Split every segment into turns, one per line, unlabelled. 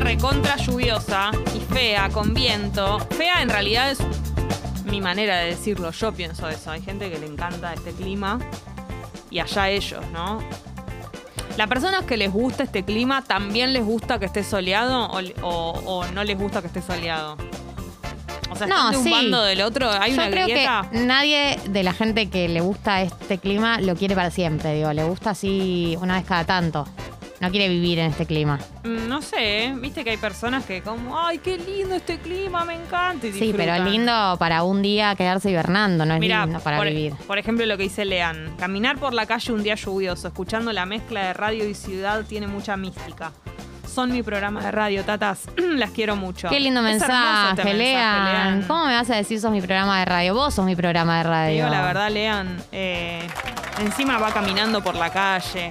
recontra lluviosa y fea, con viento. Fea en realidad es mi manera de decirlo, yo pienso eso. Hay gente que le encanta este clima y allá ellos, ¿no? Las personas que les gusta este clima, ¿también les gusta que esté soleado o, o- o no les gusta que esté soleado? O sea, ¿están
No,
de un
sí.
bando del otro? ¿Hay
Yo
una
creo
grieta?
que nadie de la gente que le gusta este clima lo quiere para siempre, digo, le gusta así una vez cada tanto. No quiere vivir en este clima.
Mm, No sé, ¿eh? viste que hay personas que como, ay, qué lindo este clima, me encanta. y
Sí, pero
disfrutan.
lindo para un día quedarse hibernando, no es
Mirá,
lindo para
por, e-
vivir.
por ejemplo, lo que dice Lean. Caminar por la calle un día lluvioso, escuchando la mezcla de radio y ciudad, tiene mucha mística. Son mi programa de radio, tatas. Las quiero mucho.
Qué lindo
Es hermoso
mensaje,
este
Lean.
Lean.
¿Cómo me vas a decir sos mi programa de radio? Vos sos mi programa de radio.
Te digo la verdad, Lean. eh, encima va caminando por la calle.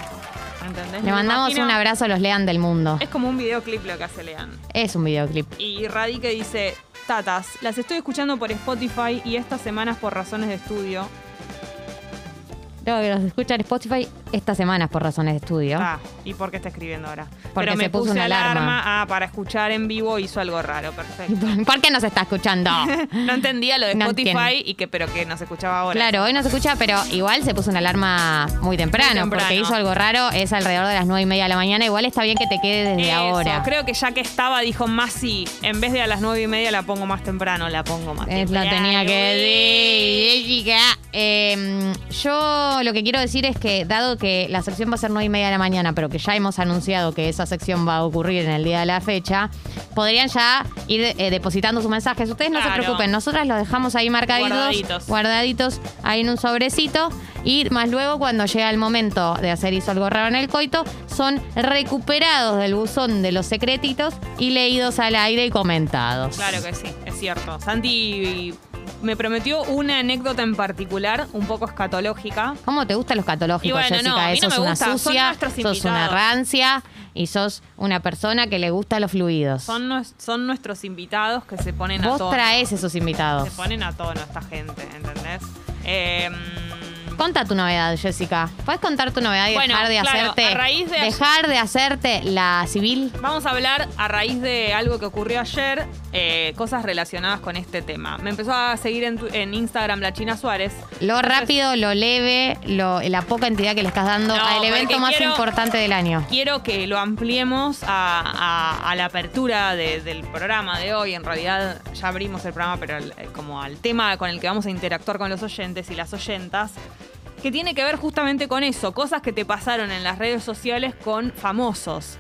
¿Entendés?
Le
Me
mandamos
imagino-
un abrazo a los Lean del mundo.
Es como un videoclip lo que hace Lean.
Es un videoclip.
Y Radique dice, tatas, las estoy escuchando por Spotify y estas semanas por razones de estudio.
Creo que los escuchan en Spotify estas semanas por razones de estudio.
Ah, ¿y por qué está escribiendo ahora?
Porque
Pero me
se puso
puse
una
alarma.
alarma.
Ah, para escuchar en vivo hizo algo raro, perfecto.
¿Por qué nos está escuchando?
No entendía lo de
No
Spotify
entiendo.
y que, pero que nos escuchaba ahora.
Claro, hoy no se escucha, pero igual se puso una alarma muy temprano,
Muy temprano.
porque hizo algo raro, es alrededor de las nueve y media de la mañana, igual está bien que te quede desde
Eso,
ahora.
Creo que ya que estaba, dijo más sí. En vez de a las nueve y media la pongo más temprano, la pongo más
Eh, Lo
temprano.
tenía que decir, Jessica. Eh, yo lo que quiero decir es que, dado que la sección va a ser nueve y media de la mañana, pero que ya hemos anunciado que esa sección va a ocurrir en el día de la fecha, podrían ya ir eh, depositando sus mensajes. Ustedes no se
Claro.
preocupen, nosotras los dejamos ahí marcaditos,
Guardaditos.
guardaditos ahí en un sobrecito. Y más luego, cuando llega el momento de hacer hizo algo raro en el coito, son recuperados del buzón de los secretitos y leídos al aire y comentados.
Claro que sí, es cierto. Santi me prometió una anécdota en particular, un poco escatológica.
¿Cómo te gustan los catológicos,
Y bueno,
Jessica?
no, a mí no
sos
me
una
gusta, son
sucia,
nuestros
sos una
invitados.
rancia y sos una persona que le gusta los fluidos.
Son, nues- son nuestros invitados que se ponen a
Vos
tono.
traes esos invitados.
Se ponen a tono esta gente, ¿entendés? Eh,
Conta tu novedad, Jessica. ¿Puedes contar tu novedad y
Bueno,
dejar de
claro,
hacerte
a raíz de-
dejar de hacerte la civil?
Vamos a hablar a raíz de algo que ocurrió ayer, eh, cosas relacionadas con este tema. Me empezó a seguir en, tu- en Instagram la China Suárez.
Lo
Entonces,
rápido, lo leve, lo, la poca entidad que le estás dando
No,
al evento
porque
más
quiero-
importante del año.
Quiero que lo ampliemos a, a- a la apertura de- del programa de hoy. En realidad ya abrimos el programa, pero al- eh, como al tema con el que vamos a interactuar con los oyentes y las oyentas, que tiene que ver justamente con eso, cosas que te pasaron en las redes sociales con famosos.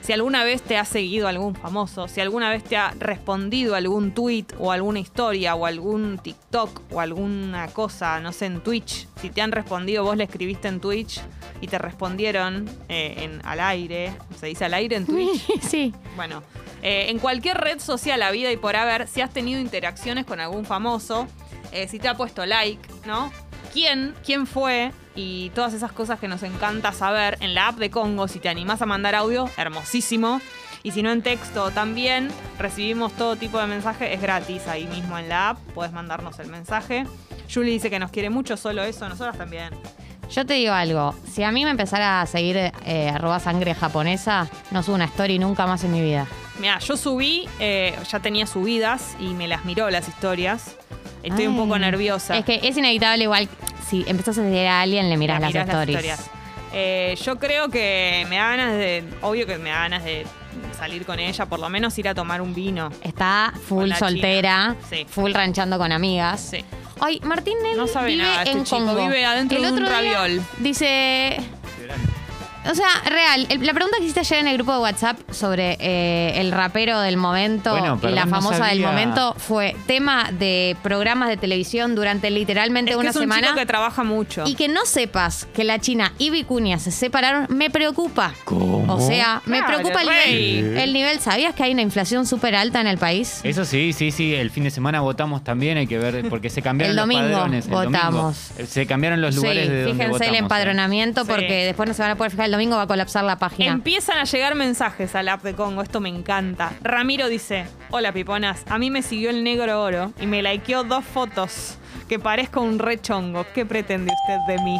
Si alguna vez te ha seguido algún famoso, si alguna vez te ha respondido algún tweet o alguna historia o algún TikTok o alguna cosa, no sé, en Twitch, si te han respondido, vos le escribiste en Twitch y te respondieron eh, en, al aire, se dice al aire en Twitch.
sí.
Bueno, eh, en cualquier red social, vida y por haber, si has tenido interacciones con algún famoso, eh, si te ha puesto like, ¿no? ¿Quién? ¿Quién fue? Y todas esas cosas que nos encanta saber en la app de Congo, si te animás a mandar audio, hermosísimo. Y si no en texto también, recibimos todo tipo de mensaje, es gratis ahí mismo en la app, podés mandarnos el mensaje. Julie dice que nos quiere mucho, solo eso, nosotras también.
Yo te digo algo, si a mí me empezara a seguir eh, arroba sangre japonesa, no subo una story nunca más en mi vida.
Mira, yo subí, eh, ya tenía subidas y me las miró las historias. Estoy un
Ay.
poco nerviosa.
Es que es inevitable igual si empezás a seguir a alguien le mirás,
Me
las, stories.
Eh, yo creo que me da ganas de, obvio que me da ganas de salir con ella, por lo menos ir a tomar un vino.
Está
Con
full
la
soltera,
China. Sí.
full ranchando con amigas.
Sí.
Ay, Martín Nelly
No sabe
vive
nada este
en
chico,
Congo.
vive adentro
El
de un
otro día
raviol.
Dice. O sea, real, el- la pregunta que hiciste ayer en el grupo de WhatsApp sobre eh, el rapero del momento y
Bueno, perdón,
la
no
famosa del
sabía.
momento fue tema de programas de televisión durante literalmente
Es que
una
es un
semana.
chico que trabaja mucho.
Y que no separas que la China y Vicuña se separaron, me preocupa.
¿Cómo?
O sea, me
Claro,
preocupa el
rey.
nivel, el nivel. ¿Sabías que hay una inflación súper alta en el país?
Eso sí, sí, sí. El fin de semana votamos también, hay que ver, porque se cambiaron
El domingo
los padrones. el domingo.
votamos.
Eh, Se cambiaron los
Sí,
lugares de donde
fíjense el
votamos, eh.
empadronamiento
Sí.
porque después no se van a poder fijar el domingo, va a colapsar la página.
Empiezan a llegar mensajes al app de Congo, esto me encanta. Ramiro dice, hola piponas, a mí me siguió el negro oro y me likeó dos fotos que parezco un rechongo. ¿Qué pretende usted de mí?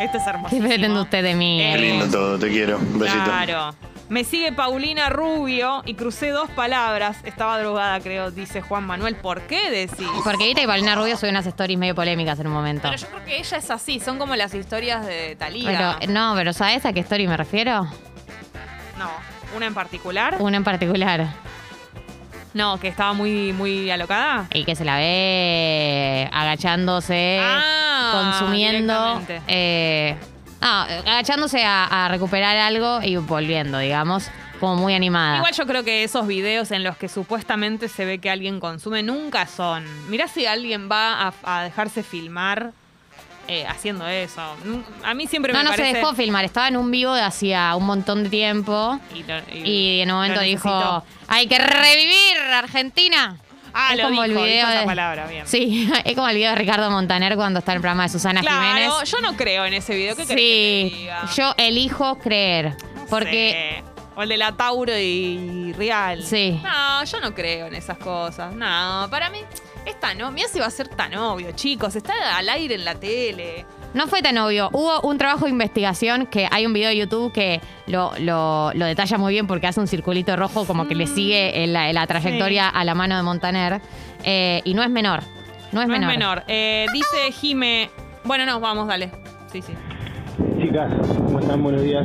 Esto es hermoso.
¿Qué pretende usted de mí?
Eh,
Qué lindo todo, te quiero. Un besito.
Claro. Me sigue Paulina Rubio y crucé dos palabras. Estaba drogada, creo, dice Juan Manuel. ¿Por qué decís?
Porque Vita y Paulina Rubio subió unas stories medio polémicas en un momento.
Pero yo creo que ella es así. Son como las historias de Talía.
Pero, no, pero ¿sabes a qué story me refiero?
No, una en particular.
Una en particular.
No, que estaba muy, muy alocada.
Y que se la ve agachándose,
Ah,
consumiendo.
directamente.
eh, ah, agachándose a, a recuperar algo y volviendo, digamos, como muy animada.
Igual yo creo que esos videos en los que supuestamente se ve que alguien consume nunca son. Mirá si alguien va a, a dejarse filmar eh, haciendo eso. Nun- A mí siempre
no,
me
no
parece...
se dejó filmar, estaba en un vivo de hacía un montón de tiempo.
Y, lo-
Y en un momento
lo
dijo,
necesito.
hay que revivir Argentina.
Ah,
es
lo
como el
dijo,
video
dijo esa
de-
palabra, bien.
Sí, es como el video de Ricardo Montaner cuando está en el programa de Susana Jiménez.
Claro, yo no creo en ese video. ¿Qué querés que te
sí,
diga?
yo elijo creer.
No
Porque
sé. O el de la Tauro y Real.
Sí.
No, yo no creo en esas cosas. No, para mí es tan obvio. Mira si va a ser tan obvio, chicos. Está al aire en la tele.
no fue tan obvio. Hubo un trabajo de investigación que hay un video de YouTube que lo, lo- lo detalla muy bien porque hace un circulito rojo como que le sigue en la, en la trayectoria a la mano de Montaner. Eh, y no es menor. No es
No
menor.
es menor. Eh, dice Jime. Bueno, no, vamos, dale. Sí, sí.
Chicas, ¿cómo están? Buenos días.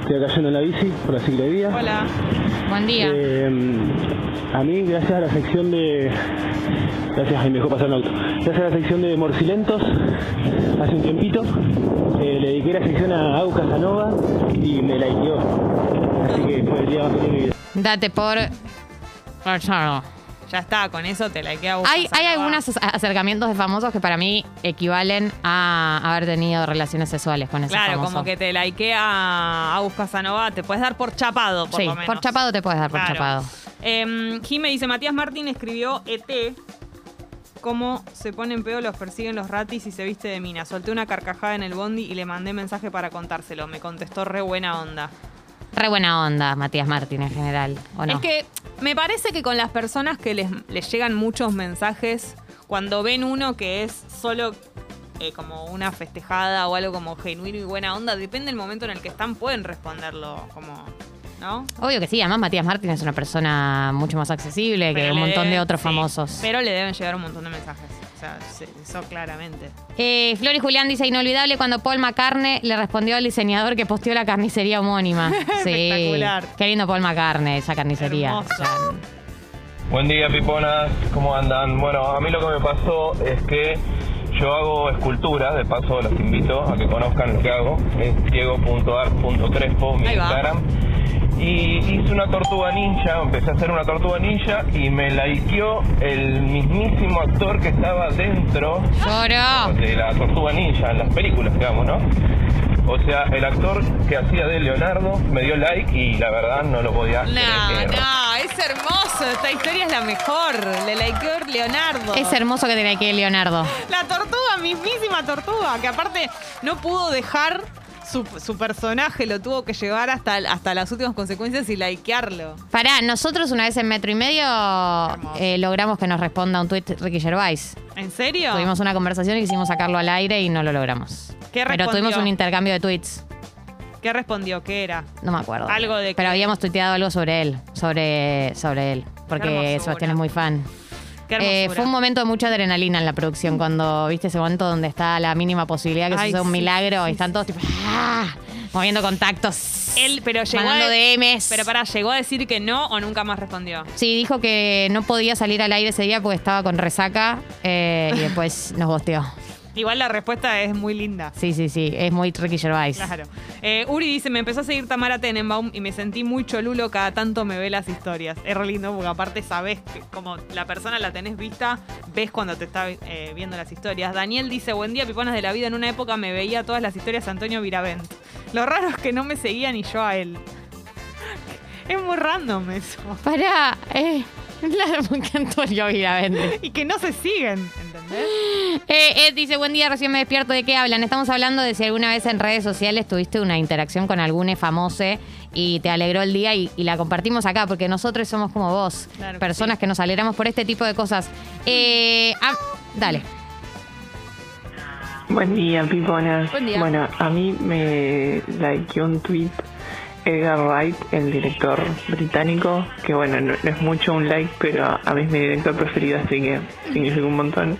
Estoy acá yendo en la bici por la ciclovía.
Hola.
Buen día.
Eh, a mí, gracias a la sección de... Gracias, ay, me dejó pasar un auto. Gracias a la sección de Morcilentos, hace un tiempito, eh, le dediqué la sección a Agus Casanova y me la likeó. Así que fue el día más feliz de mi vida.
Date por. por Charlo.
Ya está, con eso te la queda
Hay, hay algunos ac- acercamientos de famosos que para mí equivalen a haber tenido relaciones sexuales con ese
Claro,
famoso.
como que te likea a Agus Casanova, te puedes dar por chapado, por
sí,
lo menos.
por chapado te puedes dar por
Claro.
chapado.
Em, Jime dice, Matías Martín escribió ET. Cómo se ponen pedo, los persiguen los ratis y se viste de mina. Solté una carcajada en el bondi y le mandé mensaje para contárselo. Me contestó re buena onda.
Re buena onda, Matías Martín en general, ¿o no?
Es que me parece que con las personas que les, les llegan muchos mensajes, cuando ven uno que es solo eh, como una festejada o algo como genuino y buena onda, depende del momento en el que están, pueden responderlo como, ¿no?
Obvio que sí, además Matías Martín es una persona mucho más accesible que
Pero
un
le
montón de
deben-
otros
sí,
famosos.
Pero le deben llegar un montón de mensajes. O sea, se- eso claramente.
Eh, Flor y Julián dice inolvidable cuando Paul McCartney le respondió al diseñador que posteó la carnicería homónima. sí.
Espectacular.
Qué lindo Paul McCartney, esa carnicería.
Hermoso.
O sea,
Buen día, piponas. ¿Cómo andan? Bueno, a mí lo que me pasó es que yo hago esculturas. De paso, los invito a que conozcan lo que hago. Es diego.art.crespo, mi
Ahí va.
Instagram. Y hice una tortuga ninja, empecé a hacer una tortuga ninja y me likeó el mismísimo actor que estaba dentro
Ah.
Lloro.
de la tortuga ninja en las películas, digamos, ¿no? O sea, el actor que hacía de Leonardo me dio like y la verdad no lo podía
No,
creer.
no, es hermoso. Esta historia es la mejor. Le likeó Leonardo.
Es hermoso que tiene que Leonardo.
La tortuga, mismísima tortuga, que aparte no pudo dejar su, su personaje, lo tuvo que llevar hasta, hasta las últimas consecuencias y likearlo.
Pará, nosotros una vez en metro y medio eh, logramos que nos responda un tuit Ricky Gervais.
¿En serio?
Tuvimos una conversación y quisimos sacarlo al aire y no lo logramos.
¿Qué
Pero
respondió?
tuvimos un intercambio de tweets.
¿Qué respondió? ¿Qué era?
No me acuerdo.
Algo de
Pero
que-
habíamos tuiteado algo sobre él. Sobre, sobre él. Porque
hermosura.
Sebastián es muy fan.
Qué
Eh,
hermosura.
fue un momento de mucha adrenalina en la producción cuando viste ese momento donde está la mínima posibilidad que
Ay,
suceda un
sí,
milagro
sí,
y están todos tipo ¡ah! moviendo contactos.
Él, pero llegó a-
mandando DMs.
Pero pará, ¿llegó a decir que no o nunca más respondió?
Sí, dijo que no podía salir al aire ese día porque estaba con resaca eh, y después nos bosteó.
Igual la respuesta es muy linda.
Sí, sí, sí, es muy Ricky Gervais.
Claro. Eh, Uri dice, me empezó a seguir Tamara Tenenbaum y me sentí muy cholulo cada tanto me ve las historias. Es re lindo porque aparte sabes que como la persona la tenés vista, ves cuando te está eh, viendo las historias. Daniel dice, buen día, piponas de la vida. En una época me veía todas las historias de Antonio Viravent. Lo raro es que no me seguía ni yo a él. Es muy random eso.
Pará, eh, claro, porque Antonio Viravente.
Y que no se siguen, ¿entendés?
Eh, Ed dice, buen día, recién me despierto, ¿de qué hablan? Estamos hablando de si alguna vez en redes sociales tuviste una interacción con algún famoso y te alegró el día y, y la compartimos acá, porque nosotros somos como vos,
Claro que
personas
sí.
que nos alegramos por este tipo de cosas. Eh, ah, dale.
Buen día, Pipona.
Buen día.
Bueno, a mí me likeó un tweet Edgar Wright, el director británico, que bueno, no, no es mucho un like, pero a mí es mi director preferido, así que significa un montón.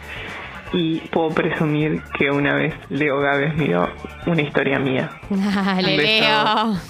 Y puedo presumir que una vez Leo Gávez miró una historia mía.
Dale,
Un
Leo.
beso.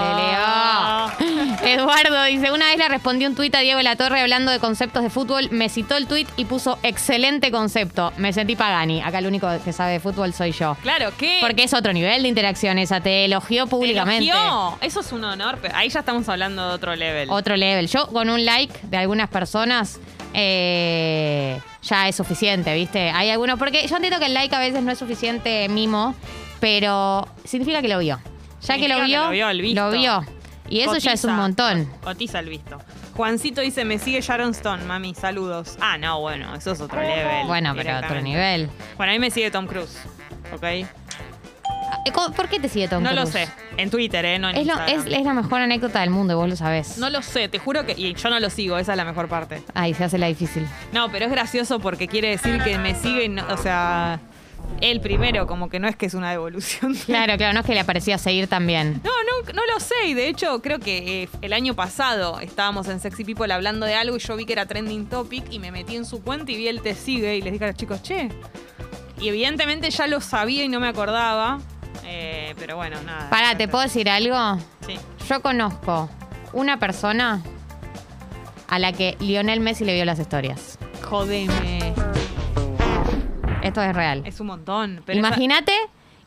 Dale, Leo. Eduardo dice, una vez le respondió un tuit a Diego La Torre hablando de conceptos de fútbol, me citó el tuit y puso excelente concepto. Me sentí pagani. Acá el único que sabe de fútbol soy yo.
Claro, ¿qué?
Porque es otro nivel de interacción esa, te elogió públicamente.
Eligió. Eso es un honor. pero Ahí ya estamos hablando de otro level.
Otro level. Yo con un like de algunas personas eh, ya es suficiente, ¿viste? Hay algunos, porque yo entiendo que el like a veces no es suficiente mimo, pero significa que lo vio. Ya que
Significa
lo
que
vio,
lo vio, el visto.
lo vio. Y eso ya es un
Cotiza.
montón.
Cotiza el visto. Juancito dice, me sigue Sharon Stone, mami, saludos. Ah, no, bueno, eso es otro level.
Bueno, pero otro
directamente.
nivel.
Bueno, a mí me sigue Tom Cruise, ¿ok?
Eh, co- ¿Por qué te sigue Tom
no lo
Cruise?
sé. En Twitter, ¿eh? No en
Es, lo-
Instagram.
es- es la mejor anécdota del mundo, y vos lo sabés.
No lo sé, te juro que... Y yo no lo sigo, esa es la mejor parte.
Ay, se hace la difícil.
No, pero es gracioso porque quiere decir que me sigue, y no- o sea, él primero, como que no es que es una devolución.
Claro, claro, no es que le parecía seguir también.
No, no, no lo sé. Y de hecho, creo que eh, el año pasado estábamos en Sexy People hablando de algo y yo vi que era trending topic y me metí en su cuenta y vi él te sigue y les dije a los chicos, che. Y evidentemente ya lo sabía y no me acordaba. eh, pero bueno, nada.
Pará, ¿te puedo decir algo?
Sí.
Yo conozco una persona a la que Lionel Messi le vio las historias.
Jodeme.
Esto es real.
Es un montón. Pero esa-
Imagínate,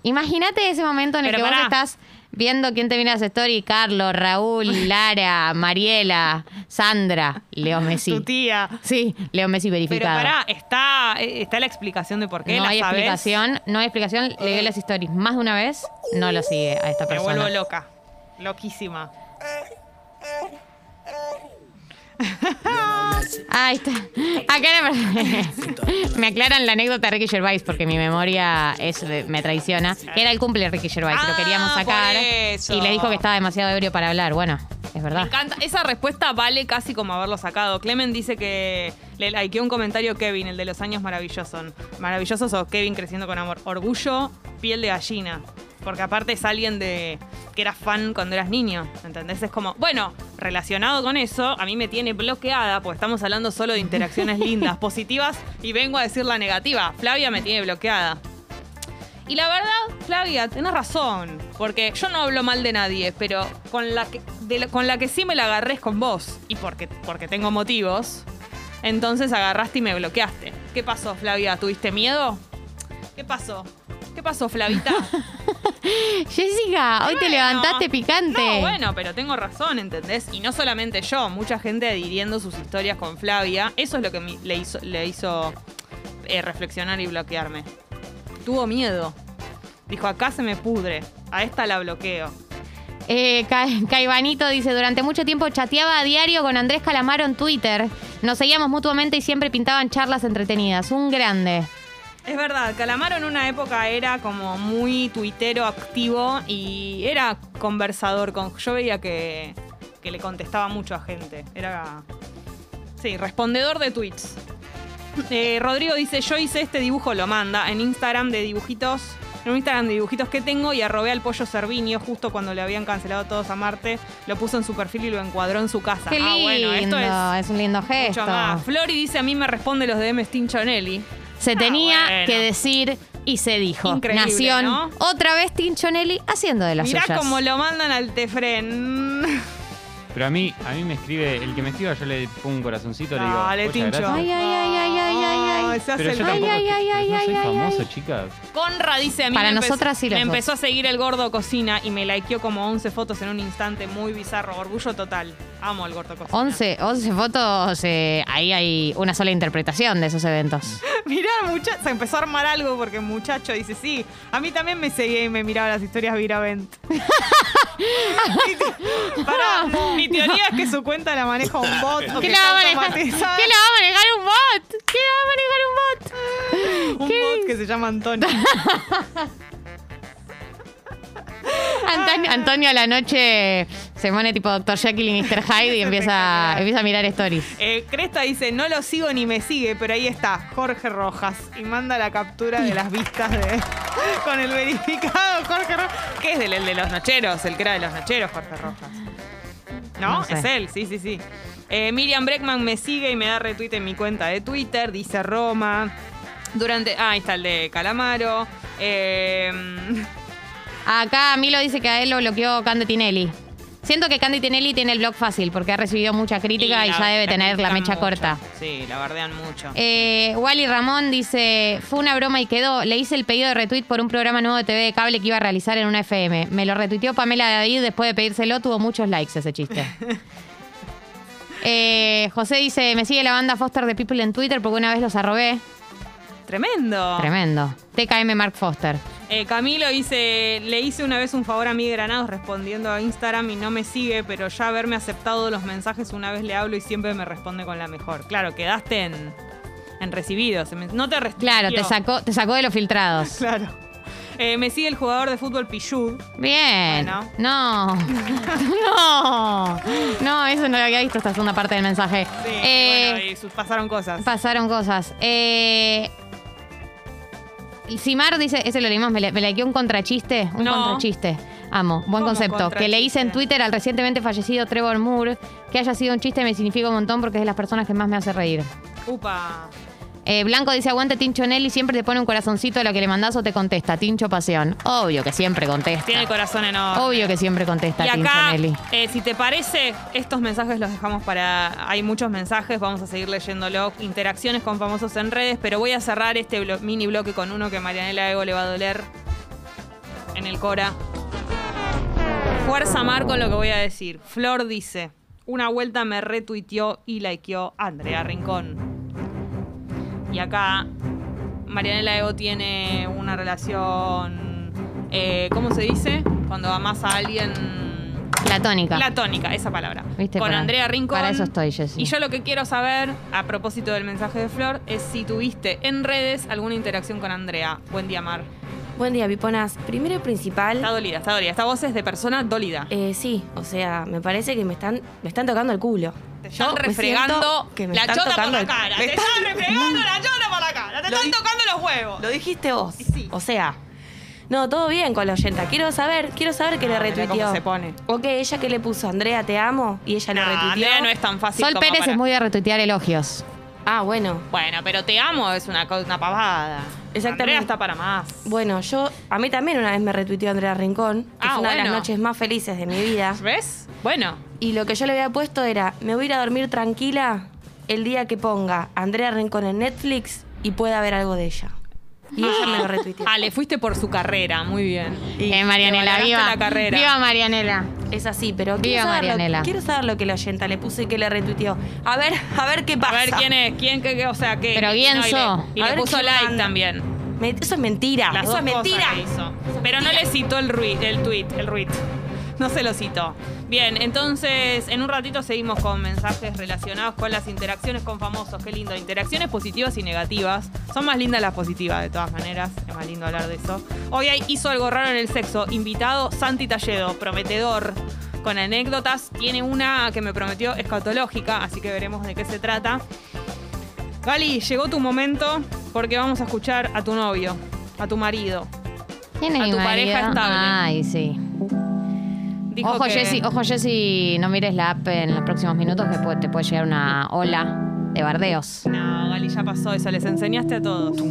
imagínate ese momento en el
Pero
que vos
pará.
estás viendo quién te mira las stories, Carlos, Raúl, Lara, Mariela, Sandra, Leo Messi.
tu tía.
Sí, Leo Messi
Pero
verificado.
pará, está, eh, está la explicación de por qué.
no
¿la
hay
sabes?
explicación, no hay explicación. Le vio las stories más de una vez, no lo sigue a esta
Me
persona.
vuelvo loca. Loquísima.
Ahí está. Acá era- me aclaran la anécdota de Ricky Gervais porque mi memoria es, me traiciona. Que era el cumple de Ricky Gervais, lo
Ah,
queríamos
por
sacar.
eso.
Y le dijo que estaba demasiado ebrio para hablar. Bueno, es
Me
verdad.
encanta. Esa respuesta vale casi como haberlo sacado. Clemen dice que le likeó un comentario Kevin, el de los años maravillosos. Maravillosos o Kevin creciendo con amor. Orgullo, piel de gallina. Porque aparte es alguien de que era fan cuando eras niño. ¿Entendés? Es como, bueno, relacionado con eso, a mí me tiene bloqueada, porque estamos hablando solo de interacciones lindas, positivas, y vengo a decir la negativa. Flavia me tiene bloqueada. Y la verdad, Flavia, tenés razón. Porque yo no hablo mal de nadie, pero con la que, de la- con la que sí me la agarré es con vos. Y porque, porque tengo motivos. Entonces agarraste y me bloqueaste. ¿Qué pasó, Flavia? ¿Tuviste miedo? ¿Qué pasó? ¿Qué pasó, Flavita?
Jessica, hoy te
Bueno.
levantaste picante.
No, bueno, pero tengo razón, ¿entendés? Y no solamente yo, mucha gente adhiriendo sus historias con Flavia. Eso es lo que mi- le hizo, le hizo eh, reflexionar y bloquearme. Tuvo miedo. Dijo, acá se me pudre. A esta la bloqueo.
Eh, Ca- Caibanito dice, durante mucho tiempo chateaba a diario con Andrés Calamaro en Twitter. Nos seguíamos mutuamente y siempre pintaban charlas entretenidas. Un grande.
Es verdad, Calamaro en una época era como muy tuitero activo y era conversador con. Yo veía que, que le contestaba mucho a gente. Era. Sí, respondedor de tweets. Eh, Rodrigo dice: Yo hice este dibujo, lo manda en Instagram de dibujitos. En un Instagram de dibujitos que tengo y arrobé al pollo Cervinio justo cuando le habían cancelado todos a Marte. Lo puso en su perfil y lo encuadró en su casa.
Qué lindo.
ah, bueno, esto es.
es... un lindo gesto.
Mucho más. Flori dice: A mí me responde los DMs Tinchonelli.
Se
Ah,
tenía
bueno.
que decir y se dijo.
Increíble,
Nación.
¿no?
Otra vez Tinchonelli haciendo de las
Mirá
suyas.
cómo lo mandan al Tefren.
Pero a mí, a mí me escribe, el que me escriba yo le pongo un corazoncito, le digo,
Dale,
"Muchas
Tincho.
gracias".
Ay, ay, ay, ay, ay, ay, ay.
se hace
Pero
el
yo
Ay,
tampoco
ay,
es que-
ay,
pero
ay,
no
ay,
soy famoso,
ay.
chicas.
Conra dice a mí
Para
me
nosotras sí lo
me
sos.
empezó a seguir el gordo cocina y me likeó como 11 fotos en un instante muy bizarro. Orgullo total. Amo al gordo cocina.
11, 11 fotos, eh, ahí hay una sola interpretación de esos eventos.
Mirá, muchacho, se empezó a armar algo porque muchacho dice, sí, a mí también me seguía y me miraba las historias Viravent. Mi te- Pará, mi teoría es que su cuenta la maneja un bot. o
¿Qué
que
la va a
está
manejar? ¿Qué la
automatizada.
va a manejar un bot? ¿Qué la va a manejar un bot?
Un
¿Qué?
bot que se llama Antonio. Ah.
Antonio, Antonio a la noche Se pone tipo Dr. Jekyll y Mr. Hyde y
Es
empieza,
espectacular.
empieza a mirar stories.
Eh, Cresta dice, no lo sigo ni me sigue, pero ahí está, Jorge Rojas. Y manda la captura de las vistas de con el verificado Jorge Rojas. Que es del, el de los nocheros, el que era de los nocheros, Jorge Rojas. ¿No?
No sé.
Es él, sí, sí, sí. Eh, Miriam Breckman me sigue y me da retweet en mi cuenta de Twitter, dice Roma. Durante. Ah, ahí está el de Calamaro. Eh,
Acá Milo dice que a él lo bloqueó Candy Tinelli. Siento que Candy Tinelli tiene el blog fácil porque ha recibido mucha crítica y,
la-
ya debe
la
tener la
critican
mecha
mucho.
corta.
Sí, la bardean mucho.
Eh, Wally Ramón dice, fue una broma y quedó. Le hice el pedido de retweet por un programa nuevo de TV de cable que iba a realizar en una FM. Me lo retuiteó Pamela David después de pedírselo. Tuvo muchos likes ese chiste. Eh, José dice, me sigue la banda Foster de People en Twitter porque una vez los arrobé.
Tremendo.
Tremendo. TKM Mark Foster.
Eh, Camilo dice, le hice una vez un favor a mi Granados respondiendo a Instagram y no me sigue, pero ya haberme aceptado los mensajes una vez le hablo y siempre me responde con la mejor. Claro, quedaste en, en recibido. se me- no te restringió.
Claro, te sacó, te sacó de los filtrados.
Claro. Eh, me sigue el jugador de fútbol Pichud.
Bien.
Bueno.
No. No. No, eso no lo había visto esta segunda parte del mensaje.
Sí,
Eh,
bueno, y sus- pasaron cosas.
Pasaron cosas. Eh, Simar dice, ese lo leímos, me, le, me likeó un contrachiste. Un
No.
contrachiste. Amo, buen
¿Cómo
concepto. Que le hice en
contrachiste?
Twitter al recientemente fallecido Trevor Moore. Que haya sido un chiste me significa un montón porque es de las personas que más me hace reír.
Upa.
Eh, Blanco dice, aguante Tincho Nelly, siempre te pone un corazoncito a lo que le mandás o te contesta. Tincho Pasión. Obvio que siempre contesta.
Tiene el corazón enorme.
Obvio que siempre contesta
Y
Tincho
acá,
Nelly.
eh, si te parece, estos mensajes los dejamos para. Hay muchos mensajes, vamos a seguir leyéndolo. Interacciones con famosos en redes, pero voy a cerrar este blo- mini bloque con uno que Marianela Ego le va a doler en el Cora. Fuerza Mar con lo que voy a decir. Flor dice: Una vuelta me retuiteó y likeó Andrea Rincón. Y acá, Marianela Ego tiene una relación. eh, ¿Cómo se dice? Cuando amas a alguien.
Platónica.
Platónica, esa palabra.
Viste,
Con
para-
Andrea Rincón.
para eso estoy, Jessy.
Y yo lo que quiero saber, a propósito del mensaje de Flor, es si tuviste en redes alguna interacción con Andrea. Buen día, Mar.
Buen día, Piponas. Primero y
Está
principal,
dolida, está dolida. Esta voz es de persona dolida.
eh, sí, o sea, me parece que me están, me están tocando el culo.
Te están
yo me
refregando
siento que me
la
están
chota por
tocando
la
el-
cara.
me
Te
están-
están refregando la chota por la cara. Te
Lo
están
di-
tocando los huevos.
Lo dijiste vos.
Y sí.
O sea, no, todo bien con la oyenta. Quiero saber, quiero saber que le
Ah, mirá cómo
retuiteó.
se pone.
O que ella que le puso, Andrea, te amo, y ella
No,
le retuiteó.
Andrea no es tan fácil
Sol
como
Pérez
para-
es muy de retuitear elogios.
Ah, bueno.
Bueno, pero te amo es una, co- una pavada.
Exactamente.
Andrea está para más.
Bueno, yo, a mí también una vez me retuiteó Andrea Rincón, que
Ah,
es una de
bueno.
las noches más felices de mi vida.
¿Ves? Bueno.
Y lo que yo le había puesto era, me voy a ir a dormir tranquila el día que ponga Andrea Rincón en Netflix y pueda ver algo de ella. Y ella me lo retuiteó.
Ah, le fuiste por su carrera. Muy bien.
Eh, Marianela,
te
viva.
valoraste la carrera.
Viva Marianela.
Es así, pero quiero
Viva
saber,
Marianela.
Lo, quiero saber lo que la oyenta le puso y que le retuiteó. A ver, a ver qué
A
pasa.
ver quién es, quién, qué, qué, o sea, qué.
Pero
qué-
bien
no, y le-
so.
Y
A
le,
ver
puso
quién
like
manda.
también.
Me- eso es mentira.
Las
eso
dos
es
cosas
mentira.
que hizo. Pero no le citó el, ruid, el tweet, el ruid. No se lo citó. Bien, entonces en un ratito seguimos con mensajes relacionados con las interacciones con famosos. Qué lindo. Interacciones positivas y negativas. Son más lindas las positivas, de todas maneras. Es más lindo hablar de eso. Hoy hay hizo algo raro en el sexo. Invitado Santi Talledo, prometedor. Con anécdotas, tiene una que me prometió escatológica, así que veremos de qué se trata. Gali, llegó tu momento porque vamos a escuchar a tu novio, a tu marido.
¿Quién es
A
mi
tu pareja
marido?
estable.
Ay, sí.
Dijo
ojo,
que-
Jessy, ojo, Jessy, no mires la app en los próximos minutos que puede- te puede llegar una ola de bardeos.
No, Gali, ya pasó eso. Les enseñaste a todos.